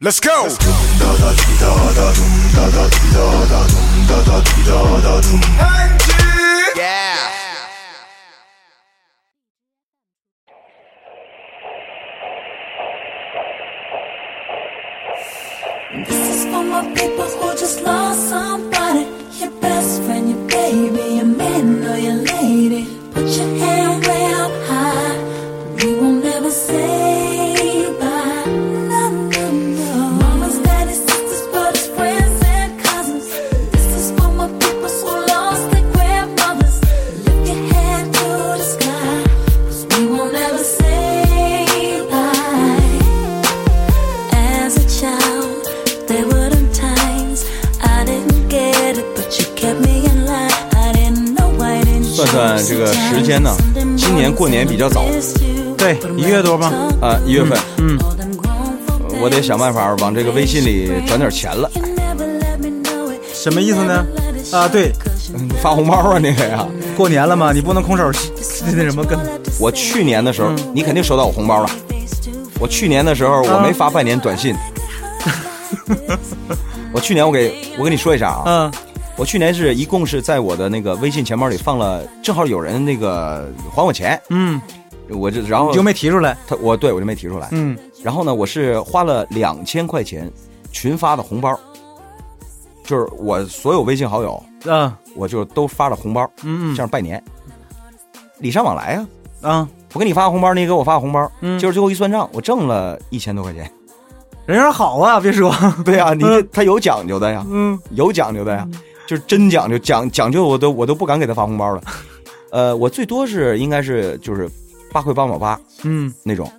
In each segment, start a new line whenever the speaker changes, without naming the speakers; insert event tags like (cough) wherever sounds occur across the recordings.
Let's go. Yeah.
算算这个时间呢，今年过年比较早，
对，一月多吧。
啊，一月份，
嗯，
我得想办法往这个微信里转点钱了，
什么意思呢？啊，对，
嗯发红包啊那个呀。
过年了嘛，你不能空手嗯那什么跟。
我去年的时候，你肯定收到我红包了。我去年的时候，我没发半年
(laughs)
短
嗯
信。我去年我给我跟你说一下啊，
嗯，
我去年是一共是在我的那个微信钱包里放了，正好有人那个还我钱，
嗯，
我这然后
你就没提出来。
他我对我就没提出来。
嗯，
然后呢，我是花了两千块钱群发的红包，就是我所有微信好友，
啊，
我就都发了红包，
嗯
这样拜年，礼尚往来啊。
嗯啊，
我给你发个红包，你也给我发个红包，
嗯
就是最后一算账，我挣了一千多块钱。 (laughs)
人缘好啊，别说，
对啊，你这他有讲究的呀，
嗯
有讲究的呀，就是真讲究，讲讲究我都我都不敢给他发红包了。呃，我最多是应该是就是八块八毛八
嗯，
那种，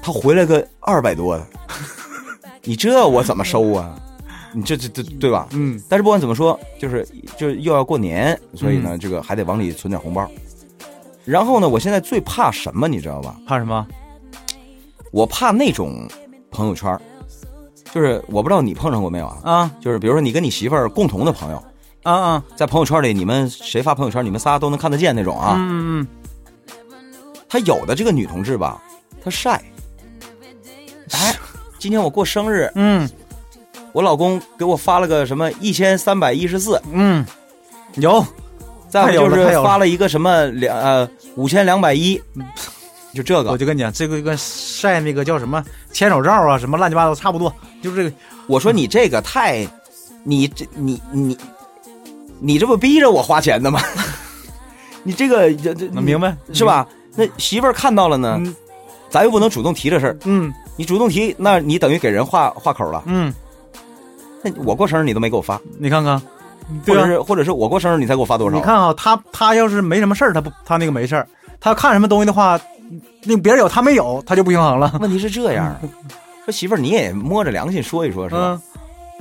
他回来个二百多的，你这我怎么收啊？你这这这对吧？
嗯，
但是不管怎么说，就是就是又要过年，所以呢，
嗯
这个还得往里存点红包。然后呢，我现在最怕什么，你知道吧？
怕什么？
我怕那种朋友圈儿，就是我不知道你碰上过没有啊？
啊
就是比如说你跟你媳妇儿共同的朋友，
啊啊
在朋友圈里，你们谁发朋友圈，你们仨都能看得见那种啊。
嗯嗯
她有的这个女同志吧，她晒，哎，今天我过生日，
嗯
我老公给我发了个什么一千三百一十四，
嗯，有，
再有就
太有
是
了太有了
发了一个什么两呃五千两百一， (laughs) 就这
我
个。
就跟你讲，这个跟晒那个叫什么牵手照啊，什么乱七八糟，差不多，就是这个。
我说你这个太，你这你你，你这不逼着我花钱的吗？ (laughs) 你这个这这
能明白
是吧？那媳妇儿看到了呢，
嗯
咱又不能主动提这事儿。
嗯
你主动提，那你等于给人画画口了。
嗯，
那我过生日你都没给我发，
你看看，
或
对
者
啊，
是或者是我过生日你才给我发多少？
你看啊，他他要是没什么事儿，他不他那个没事儿，他看什么东西的话，那别人有他没有，他就不平衡了，
问题是这样，说媳妇儿你也摸着良心说一说，是吧？
嗯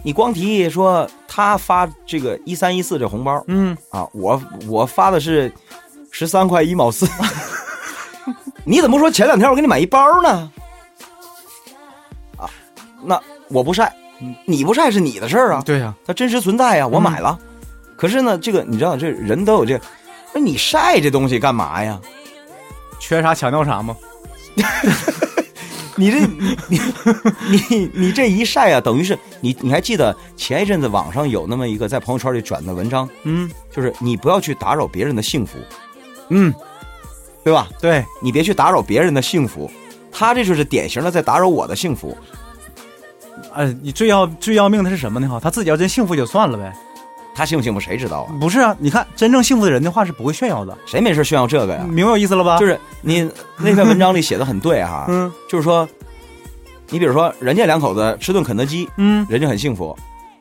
你光提说他发这个一三一四这红包
嗯，
啊，我我发的是十三块一毛四，你怎么不说前两天我给你买一包呢？啊，那我不晒，你不晒是你的事儿啊。
对呀，
它真实存在呀，我买了。可是呢，这个你知道，这人都有这，那你晒这东西干嘛呀？
缺啥强调啥嘛，
你这你你你你这一晒啊，等于是你你还记得前一阵子网上有那么一个在朋友圈里转的文章，
嗯
就是你不要去打扰别人的幸福，
嗯，
对吧？
对，
你别去打扰别人的幸福，他这就是典型的在打扰我的幸福。
呃，你最要最要命的是什么呢？哈，他自己要真幸福也就算了呗。
他幸不幸福谁知道啊？
不是啊，你看真正幸福的人的话是不会炫耀的，
谁没事炫耀这个呀？
明白我意思了吧？
就是是你那篇文章里写的很对哈、
嗯
就是说，你比如说人家两口子吃顿肯德基，
嗯，
人家很幸福，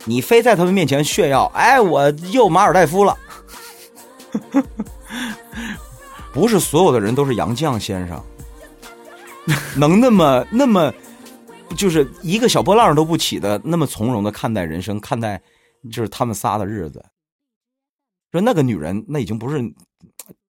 你非在他们面前炫耀，哎，我又马尔代夫了。 (laughs) 不是所有的人都是杨绛先生，能那么那么，就是一个小波浪都不起的，那么从容的看待人生，看待就是他们仨的日子。说那个女人，那已经不是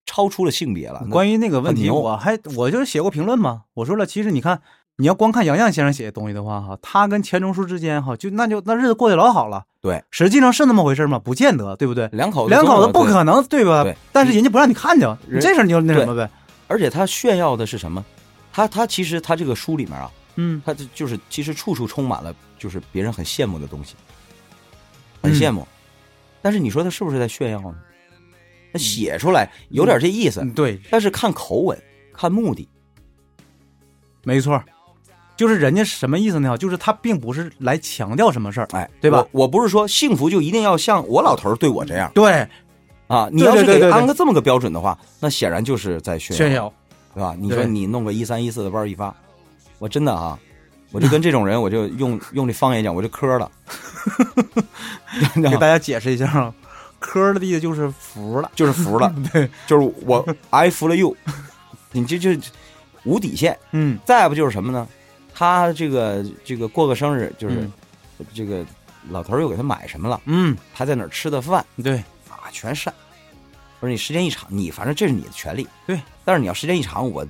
超出了性别了。
关啊于那个问
很
题，
牛
我还我就写过评论嘛，我说了，其实你看，你要光看杨绛先生写的东西的话，哈，他跟钱钟书之间，哈，就那就那日子过得老好了。
对，
实际上是那么回事吗？不见得，对不对？
两口子
两口子
总
不
有对
可能，对吧？
对
但是人家不让你看见，
人
这事儿你就那什么呗。
而且他炫耀的是什么？他他其实他这个书里面啊，
嗯
他就就是其实处处充满了就是别人很羡慕的东西，
嗯
很羡慕。但是你说他是不是在炫耀呢？他写出来有点这意思，
嗯，对，
但是看口吻，看目的。
没错儿，就是人家什么意思呢？就是他并不是来强调什么事儿，
哎，
对吧
我？我不是说幸福就一定要像我老头儿对我这样
对，
啊！你
对
要是
嗯对
给
对对
安个这么个标准的话，那显然就是在炫
炫耀，
对吧？你说
对
你弄个一三一四的包一发，我真的啊，我就跟这种人，我就用用这方言讲，我就磕了，你知道
(laughs) 给
吗
大家解释一下啊，科儿的意思就是服了，
就是服了，
(laughs) 对，
就是我 I 服了 you，你 (laughs) 这就无底线。
嗯
再不就是什么呢？他这个这个过个生日，就是
嗯
这个老头儿又给他买什么了，
嗯，
他在哪儿吃的饭
对，
啊，全晒。我说你时间一长，你反正这是你的权利，
对。
但是你要时间一长，我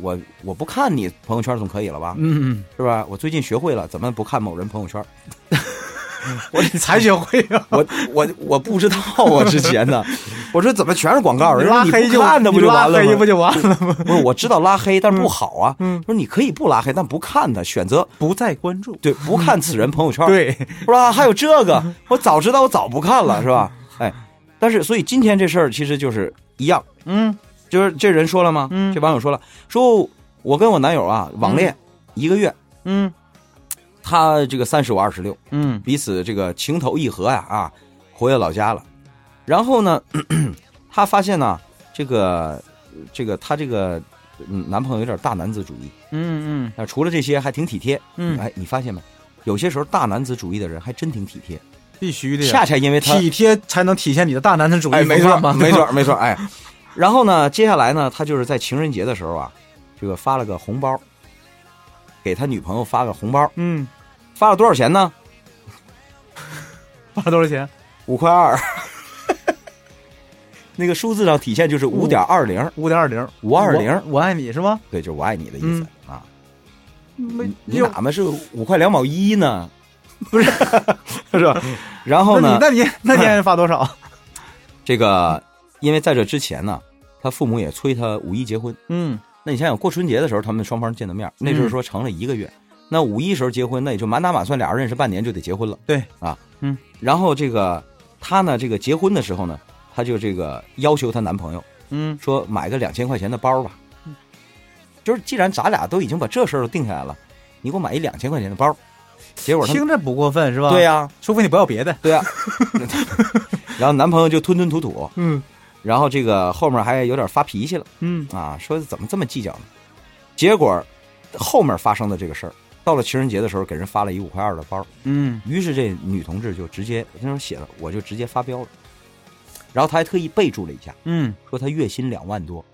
我我不看你朋友圈总可以了吧？
嗯 (laughs) 嗯，
是吧？我最近学会了怎么不看某人朋友圈。
我你才 (laughs) 学会啊，
我我我不知道啊，之
(laughs)
前呢，我说怎么全是广告？人家
拉
你
黑
不
就
看的不
你
就
拉
完了
黑
吗
不？就完了 (laughs) 吗？
不是，我知道拉黑，但是不好啊。
嗯嗯
说你可以不拉黑，但不看他，选择
不再关注，
对不看此人朋友
(laughs)
圈，
对，
是吧？还有
(laughs)
这个，我早知道我早不看了，是吧？哎，但是所以今天这事儿其实就是一样，
嗯
就是这人说了吗？
嗯
这网友说了，说我跟我男友啊网恋一个月，
嗯
他这个三十我二十六，
嗯
彼此这个情投意合呀啊回了老家了。然后呢， (clears throat) 咳咳她发现呢，这个这个她这个嗯男朋友有点大男子主义
嗯
啊，除了这些还挺体贴。
嗯嗯，
哎，你发现没？有些时候大男子主义的人还真挺体贴，
必须的呀，
恰恰因为他
啊体贴才能体现你的大男子主义，
哎，没错
风范嘛
没，错没错哎。然后呢，接下来呢，他就是在情人节的时候啊，这个发了个红包，给他女朋友发个红包，
(laughs) 嗯，
发了多少钱呢？
花了多少钱？
五块二。 (laughs) 那个数字上体现就是五点二零，
五点二零，
520
我爱你是吗？
对，就是我爱你的意思、啊。
没
你你哪怕是五块两毛一呢？
(laughs) 是吧？
然后呢，
那 (laughs) 你那你那你还发多少？
这个因为在这之前呢，他父母也催他五一结婚。
(laughs) 嗯
那你想想，过春节的时候他们双方见的面，那就是说成了一个月。那五一时候结婚，那也就满打满算俩人认识半年就得结婚了。
对
啊，
嗯。
然后这个她呢，这个结婚的时候呢，她就这个要求她男朋友。
嗯
说买个两千块钱的包吧。就是既然咱俩都已经把这事儿都定下来了，你给我买一两千块钱的包。结果他
听着不过分是吧？
对
呀，
呀、
除非你不要别的。
对呀、 (laughs) 然后男朋友就吞吞吐吐，
嗯
然后这个后面还有点发脾气了
嗯
啊，说怎么这么计较呢？结果后面发生的这个事儿，到了情人节的时候给人发了一五块二的包，
嗯，
于是这女同志就直接那时候写了，我就直接发飙了。然后她还特意备注了一下，
嗯，
说她月薪两万多，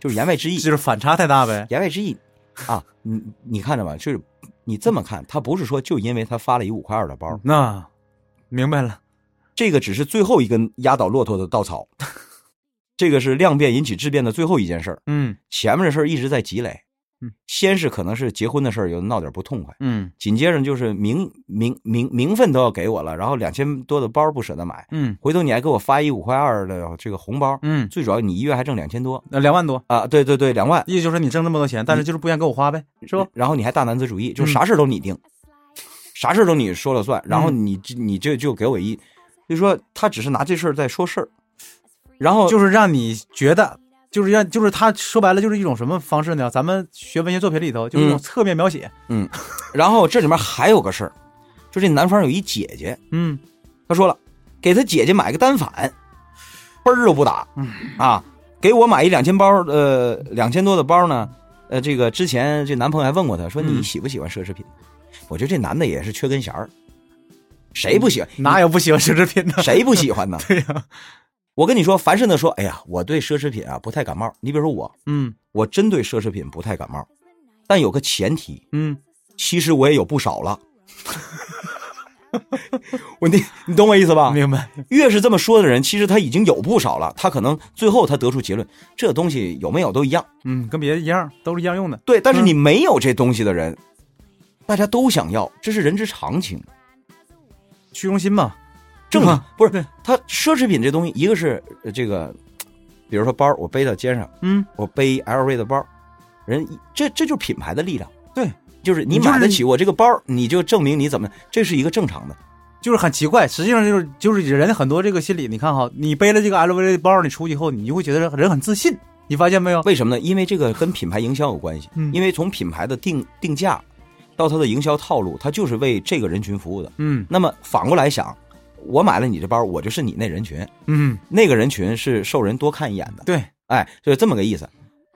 就是言外之意，
就是反差太大呗。
言外之意啊，你你看着吧，就是你这么看，他不是说就因为他发了一五块二的包，
那明白了，
这个只是最后一根压倒骆驼的稻草，这个是量变引起质变的最后一件事儿，
嗯
前面的事儿一直在积累
嗯。
先是可能是结婚的事儿有闹点不痛快，
嗯
紧接着就是名名名名分都要给我了，然后两千多的包不舍得买，
嗯
回头你还给我发一五块二的这个红包，
嗯，呃
最主要你一月还挣两千多
那两万多，
啊，对对对，两万，
意思就是你挣这么多钱，但是就是不愿意给我花呗，是吧？
然后你还大男子主义，
嗯
就是啥事儿都你定，啥事儿都你说了算，然后
嗯
你这你这就给我一，就说他只是拿这事儿在说事儿，然后
就是让你觉得。就是让，就是他说白了就是一种什么方式呢？咱们学文学作品里头就是一种
嗯
侧面描写。
然后这里面还有个事儿，就这男方有一姐姐，
嗯
他说了，给他姐姐买个单反，嘣儿都不打，啊，给我买一两千包，呃，两千多的包呢，呃，这个之前这男朋友还问过他说
嗯
你喜不喜欢奢侈品？我觉得这男的也是缺根弦儿，谁不喜欢？
哪有不喜欢奢侈品的？(laughs)
(laughs) 谁不喜欢呢？
对呀，
我跟你说，凡是的说，哎呀，我对奢侈品啊不太感冒。你比如说我，
嗯
我真对奢侈品不太感冒，但有个前提，
嗯，
其实我也有不少了。 (laughs) 我你你懂我意思吧？
明白。
越是这么说的人，其实他已经有不少了。他可能最后他得出结论，这东西有没有都一样。
嗯，跟别的一样，都是一样用的。
对，但是
嗯
你没有这东西的人，大家都想要，这是人之常情。
虚荣心嘛，
正常不
啊对
是他奢侈品这东西，一个是呃这个，比如说包，我背到肩上，
嗯
我背 LV 的包，人一这这就是品牌的力量，
对，
就是你
你就是
买得起我这个包，你就证明你怎么，这是一个正常的。
就是很奇怪，实际上就是就是人很多这个心理，你看哈，你背了这个 LV 的包，你出去以后，你就会觉得人很自信，你发现没有？
为什么呢？因为这个跟品牌营销有关系，
嗯
因为从品牌的定定价到它的营销套路，它就是为这个人群服务的。
嗯
那么反过来想，我买了你这包，我就是你那人群，
嗯，
那个人群是受人多看一眼的，
对，
哎，就是这么个意思。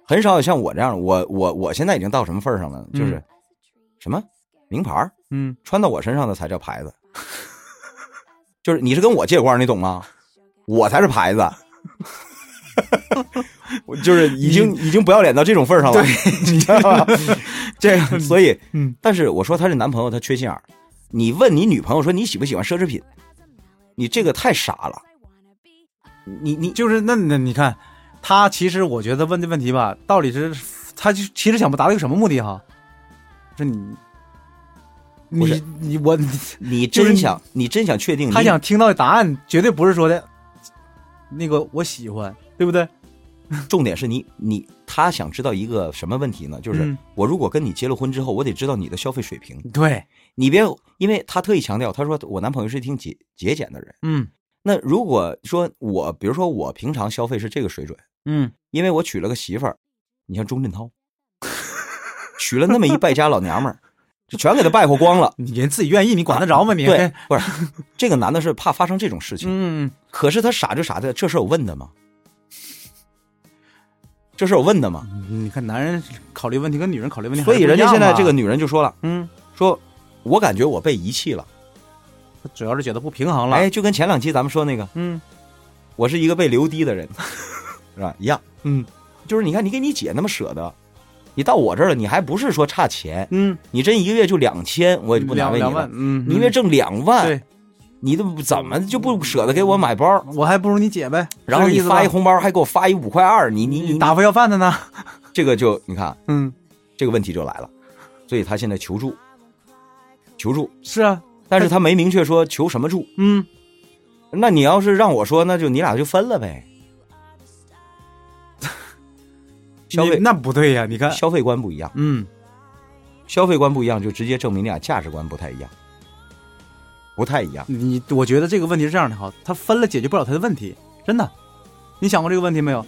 很少有像我这样的，我我我现在已经到什么份儿上了？就是、
嗯
什么名牌儿
嗯
穿到我身上的才叫牌子，就是你是跟我借光，你懂吗？我才是牌子，我就是已经已经不要脸到这种份儿上了，你知道吧？这个，所以，
嗯，
但是我说她是男朋友，她缺心眼儿。你问你女朋友说你喜不喜欢奢侈品，你这个太傻了。你你
就是那那你看，他其实我觉得问的问题吧，到底是他就其实想达到一个什么目的哈？是你你
不是
你我，
你
就是
真想你真想确定你
他想听到的答案绝对不是说的那个我喜欢，对不对？
重点是你你他想知道一个什么问题呢？就是
嗯
我如果跟你结了婚之后，我得知道你的消费水平。
对，
你别，因为他特意强调，他说我男朋友是挺节节俭的人。
嗯
那如果说我，比如说我平常消费是这个水准，
嗯，
因为我娶了个媳妇儿，你像钟镇涛，娶了那么一败家老娘们儿，就全给他败活
(laughs)
光了。
你人自己愿意，你管得着吗？你
对，不是这个男的是怕发生这种事情，
嗯，嗯
可是他傻就傻在这事儿有问的吗？这事儿有问的吗？
嗯你看男人考虑问题跟女人考虑问题还
所
是不
以
一样嘛，
人家现在这个女人就说了，
嗯，
说我感觉我被遗弃了，
他主要是觉得不平衡了，
哎，就跟前两期咱们说那个，
嗯
我是一个被留
(laughs)
低的人，是吧？一样，
嗯
就是你看你给你姐那么舍得，你到我这儿了，你还不是说差钱？
嗯，
你真一个月就两千，我也不
两
难为你
两
了
万，。嗯，
你一个月
嗯嗯
挣两万，
对，
你都不怎么就不舍得给我买包？
我还不如你姐呗，
然后
是这
你
个意思吧
发一红包，还给我发一五块二，你你
你
你
打发要饭的呢， (laughs)
这个就你看
嗯，
这个问题就来了，所以他现在求助，求助，
是啊，
但是他没明确说求什么助。
嗯，
那你要是让我说，那就你俩就分了呗。消
你
费
那不对呀，你看，
消费观不一样，
嗯，
消费观不一样，就直接证明你俩价值观不太一样，不太一样。
你我觉得这个问题是这样的哈，他分了解决不了他的问题，真的，你想过这个问题没有？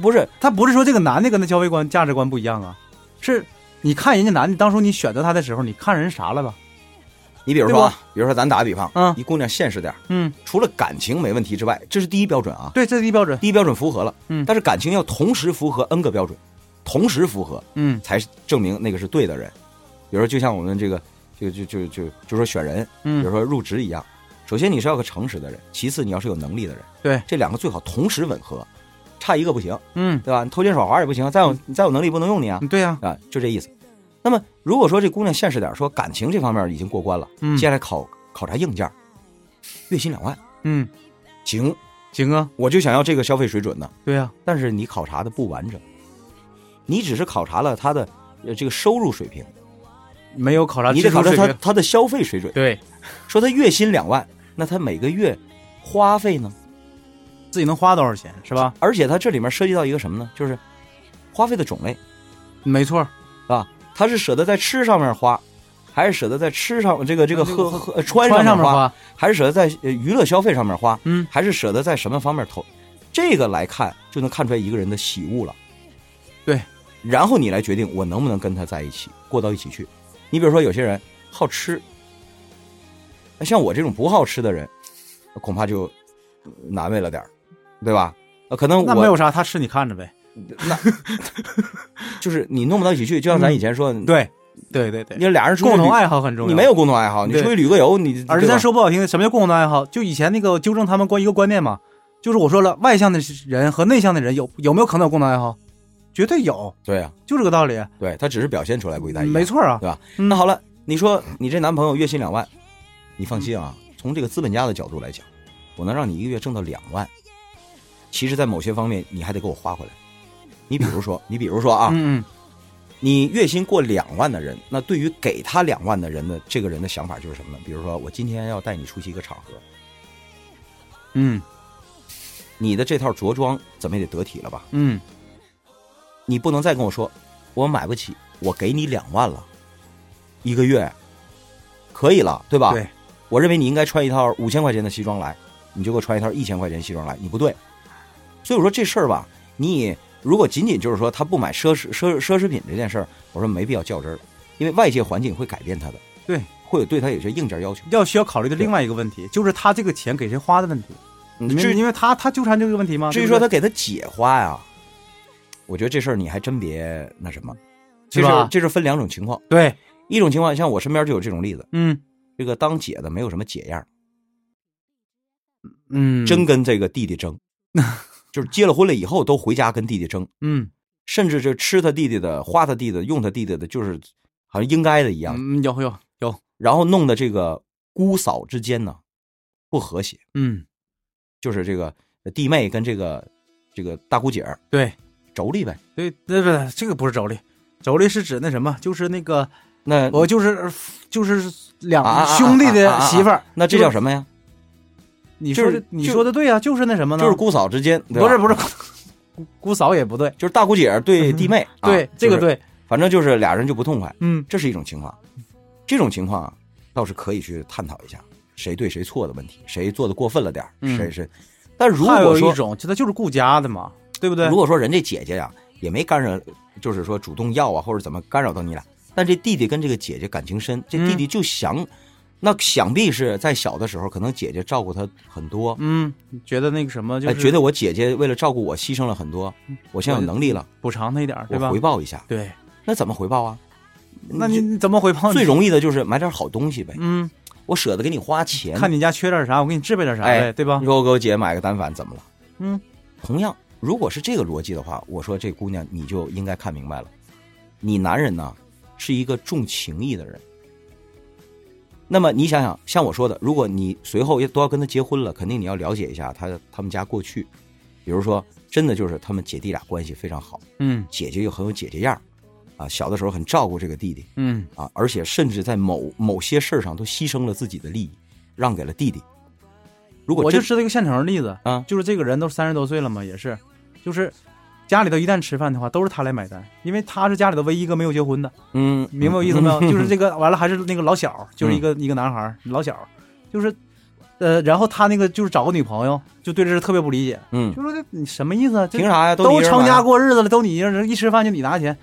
不是，
他不是说这个男的跟他消费观、价值观不一样啊，是你看人家男的，当初你选择他的时候，你看人啥了吧？
你比如说，啊，比如说咱打个比方，
嗯
一姑娘现实点儿，
嗯，
除了感情没问题之外，这是第一标准啊，
对，这是一标准，
第一标准符合了，
嗯
但是感情要同时符合 n 个标准，同时符合
嗯
才是证明那个是对的人。比如说，就像我们这个，就就就就就说选人，比如
嗯，
说入职一样，首先你是要个诚实的人，其次你要是有能力的人，
对，
这两个最好同时吻合，差一个不行，
嗯，
对吧？你偷奸耍滑也不行，再有你再有能力不能用你啊，
对呀，
啊，就这意思。那么如果说这姑娘现实点儿，说感情这方面已经过关了，
嗯
接下来考考察硬件儿，月薪两万，
嗯，
行，
行啊，
我就想要这个消费水准呢。
对呀，
但是你考察的不完整，你只是考察了她的呃这个收入水平，
没有考察
你
支出
得考察
啊水
她
平，
她的消费水准。
对
说她月薪两万，那她每个月花费呢？
自己能花多少钱是吧？
而且它这里面涉及到一个什么呢？就是花费的种类，
没错，
啊，她是舍得在吃上面花，还是舍得在吃上这个这个
啊那这个
喝喝呃穿
穿上
上
面
面花？
花，
还是舍得在呃娱乐消费上面花，
嗯，
还是舍得在什么方面投，这个来看就能看出来一个人的喜恶了。
对，
然后你来决定我能不能跟他在一起，过到一起去。你比如说有些人好吃，那像我这种不好吃的人，恐怕就呃难为了点儿对吧？呃可能
那没
我
有啥，他吃你看着呗，
就是你弄不到一起去，就像咱以前说，
嗯对，对对对，
你俩人出去
共同
旅，
爱好很重要，
你没有共同爱好，你
对
出去旅个游，你
而且
对吧
咱说不好听的，什么叫共同爱好？就以前那个纠正他们关一个观念嘛，就是我说了，外向的人和内向的人有有没有可能有共同爱好？绝对有，
对啊，
就这个道理。
对他只是表现出来不一样。
没错啊，
对吧？那好了，你说你这男朋友月薪两万，你放心啊，从这个资本家的角度来讲，我能让你一个月挣到两万，其实，在某些方面你还得给我花回来。你比如说，你比如说啊，
嗯
你月薪过两万的人，那对于给他两万的人的这个人的想法就是什么呢？比如说，我今天要带你出席一个场合，
嗯
你的这套着装怎么也得得体了吧？
嗯
你不能再跟我说，我买不起，我给你两万了，一个月，可以了，对吧？
对，
我认为你应该穿一套五千块钱的西装来，你就给我穿一套一千块钱西装来，你不对。所以我说这事儿吧，你如果仅仅就是说他不买奢侈奢奢侈品这件事儿，我说没必要较真儿，因为外界环境会改变他的，
对，
会有对他有些硬件要求。
要需要考虑的另外一个问题就是他这个钱给谁花的问题。你
至
们
于
因为他他纠缠这个问题吗？
至于
对不
说
对
他给他姐花呀，我觉得这事儿你还真别那什么，这
是
事儿
吧
这事儿分两种情况，
对，
一种情况像我身边就有这种例子，
嗯
这个当姐的没有什么姐样儿，
嗯，
真跟这个弟弟
(laughs)
争，就是结了婚了以后都回家跟弟弟争，
嗯
甚至这吃他弟弟的、花他弟弟的、用他弟弟的，就是好像应该的一样，
嗯有有有
然后弄得这个姑嫂之间呢不和谐，
嗯
就是这个弟妹跟这个这个大姑姐儿
对
妯娌呗。
对对不这个不是妯娌，妯娌是指那什么，就是那个
那
我就是就是两
嗯啊啊啊
兄弟
啊
的
啊啊啊
媳妇儿。
那这
就
叫
是嗯
什么呀？
你
就
说
是
的你
就
说的对啊，就是那什么呢？
就是姑嫂之间，对
不
吧
是不是，姑姑嫂也不对，
就是大姑姐儿对弟妹。啊
对这个，
就是
对，
反正就是俩人就不痛快，
嗯
这是一种情况。这种情况啊倒是可以去探讨一下，谁对谁错的问题，谁做的过分了点儿，
嗯
谁是。但如
还
果
有一
说
种，就他就是顾家的嘛，对不对
如？果说人这姐姐呀、也没干扰，就是说主动要啊，或者怎么干扰到你俩。但这弟弟跟这个姐姐感情深，这
嗯
弟弟就想，那想必是在小的时候，可能姐姐照顾他很多，
嗯，觉得那个什么，嗯就
哎，
是
觉得我姐姐为了照顾我牺牲了很多，我现在有能力了，
补偿他一点儿，对
我
吧
回？报一下。
对，
那怎么回报啊？
那你你怎么回报呢？
最容易的就是买点好东西呗，
嗯，
我舍得给你花钱。
看你家缺点啥，我给你置备点啥
哎
呗，对吧
你？说我给我姐买个单反怎么了？
嗯，
同样，如果是这个逻辑的话，我说这姑娘你就应该看明白了，你男人呢是一个重情义的人。那么你想想，像我说的，如果你随后也都要跟他结婚了，肯定你要了解一下他他们家过去，比如说真的就是他们姐弟俩关系非常好，
嗯
姐姐又很有姐姐样儿啊，小的时候很照顾这个弟弟
嗯
啊，而且甚至在某某些事儿上都牺牲了自己的利益，让给了弟弟。如果
我
真
就知道一个现成的例子
啊
就是这个人都三十多岁了嘛，也是，就是家里头一旦吃饭的话，都是他来买单，因为他是家里头唯一一个没有结婚的，
嗯，
明白我意思没有？就是这个完了还是那个老小，就是一个、一个男孩儿，老小，就是，呃，然后他那个就是找个女朋友，就对这事特别不理解，
嗯，
就说这你什么意思啊？这
凭啥呀？
都
你一人啊
成
买
家过日子了，都你一人一吃饭就你拿钱。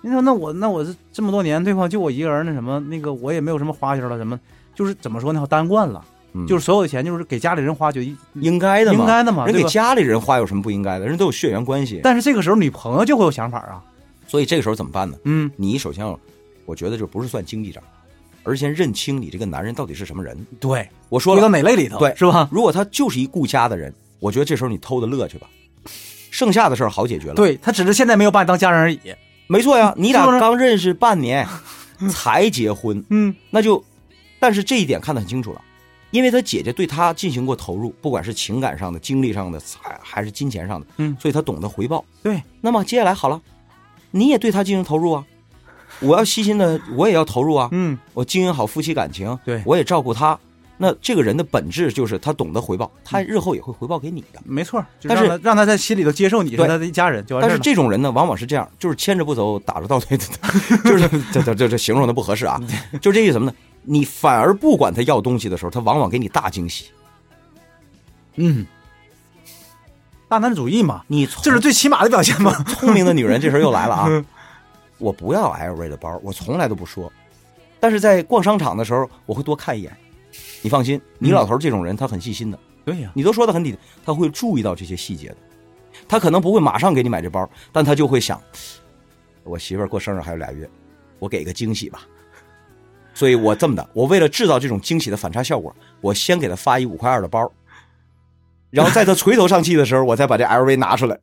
你说那我那我这这么多年对吧？就我一个人那什么那个我也没有什么花销了，什么就是怎么说呢？单惯了，
嗯
就是所有的钱就是给家里人花，就一
应该的嘛，
应该的嘛，
人
对
给
吧？
家里人花有什么不应该的？人都有血缘关系，
但是这个时候女朋友就会有想法啊，
所以这个时候怎么办呢？
嗯，
你首先要，我觉得就不是算经济账，而先认清你这个男人到底是什么人。
对，
我说
归到
了，
哪类里头，
对
是吧？
如果他就是一顾家的人，我觉得这时候你偷着乐去吧，剩下的事儿好解决了。，
对他只是现在没有把你当家人而已，
没错呀，你俩
是不是
刚认识
(laughs)
半年才结婚，
嗯
那就，但是这一点看得很清楚了，因为他姐姐对他进行过投入，不管是情感上的、精力上的，还还是金钱上的，
嗯
所以他懂得回报。
对，
那么接下来好了，你也对他进行投入啊，我要细心的，我也要投入啊，
嗯，
我经营好夫妻感情，
对
我也照顾他。那这个人的本质就是他懂得回报，他
嗯
日后也会回报给你的。
没错，就
但是
让他让他在心里头接受你是
对
他的一家人就完
但
事儿
是
了。
这种人呢，往往是这样，就是牵着不走，打着倒退的， (laughs) 就是这这这这形容的不合
(laughs)
适啊，就这意思什么呢？你反而不管他要东西的时候，他往往给你大惊喜。
嗯，大男子主义嘛，
你从
这是最起码的表现嘛。
聪明的女人，这时候又来了
(laughs)
啊！我不要 LV 的包，我从来都不说，但是在逛商场的时候，我会多看一眼。你放心，你老头儿这种人，他很细心的，
对呀、
你都说的很底，他会注意到这些细节的。他可能不会马上给你买这包，但他就会想，我媳妇儿过生日还有俩月，我给个惊喜吧。所以我这么的，我为了制造这种惊喜的反差效果，我先给她发一五块二的包，然后在她垂头丧气的时候，我再把这 LV 拿出来。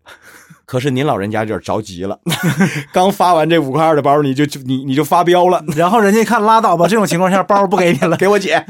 可是您老人家有点着急了， (laughs) 刚发完这五块二的包，你就就你你就发飙了，
然后人家一看拉倒吧，这种情况下包不给你了，
给我姐。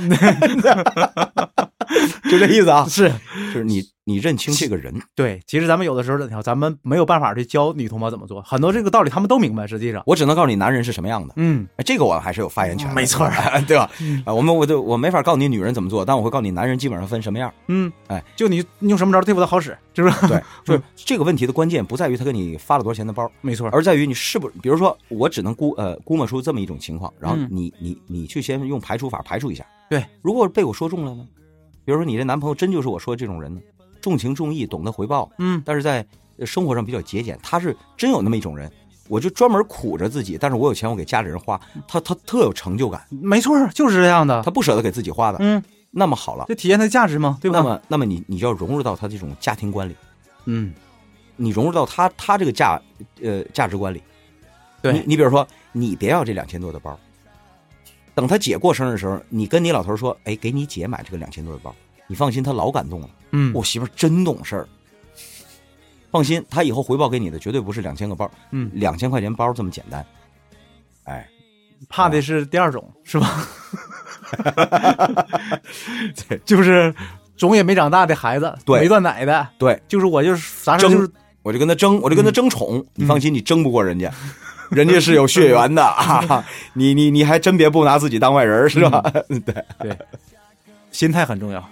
就这意思啊，
是
(laughs) 就是你你认清这个人，
对。其实咱们有的时候，你看，咱们没有办法去教女同胞怎么做，很多这个道理他们都明白。实际上，
我只能告诉你男人是什么样的，
嗯，
哎这个我还是有发言权的，
没错
(laughs)
嗯
对吧？啊，我们我就我没法告诉你女人怎么做，但我会告诉你男人基本上分什么样。
嗯，
哎，
就你你用什么招对付他好使，是不是？ (laughs)
对，就是这个问题的关键不在于他给你发了多少钱的包，
没错，
而在于你是不，比如说我只能估呃估摸出这么一种情况，然后
嗯
你、你你去先用排除法排除一下。
对，
如果被我说中了呢？比如说你这男朋友真就是我说的这种人呢，重情重义，懂得回报，
嗯，
但是在呃生活上比较节俭，他是真有那么一种人。我就专门苦着自己，但是我有钱，我给家里人花，
嗯
他他特有成就感，
没错，就是这样的
他。不舍得给自己花的。
嗯，
那么好了，
这体现它的价值嘛，对吧？
那么那么你你就要融入到他这种家庭观里，
嗯，
你融入到他他这个价呃价值观里。你
对，
你比如说，你别要这两千多的包，等他姐过生日的时候，你跟你老头儿说，哎，给你姐买这个两千多的包，你放心，他老感动了。
嗯，
我媳妇儿真懂事儿，放心，她以后回报给你的绝对不是两千个包，
嗯
两千块钱包这么简单。哎，
怕的是第二种，是
(laughs)
吧？对，就是总也没长大的孩子，
对
没断奶的，
对，
就是我就是啥事儿
争
就是嗯
我就跟他争，我就跟他争宠。你放心，你争不过人家，人家是有血缘
(laughs)
的啊！你你你
嗯
(laughs) 还真别不拿自己当外人儿是吧？对，
心态很重要。